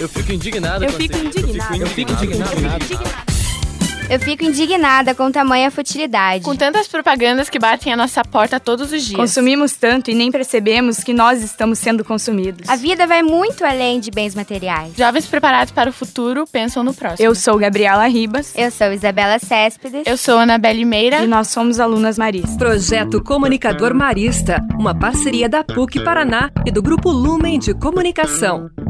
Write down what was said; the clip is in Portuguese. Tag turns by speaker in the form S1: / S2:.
S1: Eu fico indignado
S2: Eu
S1: com
S2: fico
S1: essa-
S2: indignada.
S1: Eu fico indignado.
S3: Eu fico indignada com tamanha futilidade.
S4: Com tantas propagandas que batem a nossa porta todos os dias.
S2: Consumimos tanto e nem percebemos que nós estamos sendo consumidos.
S3: A vida vai muito além de bens materiais.
S4: Jovens preparados para o futuro pensam no próximo.
S2: Eu sou Gabriela Ribas
S3: Eu sou Isabela Céspedes.
S4: Eu sou Ana Bela Meira.
S2: e nós somos alunas maristas.
S5: Projeto Comunicador Marista, uma parceria da PUC Paraná e do Grupo Lumen de Comunicação.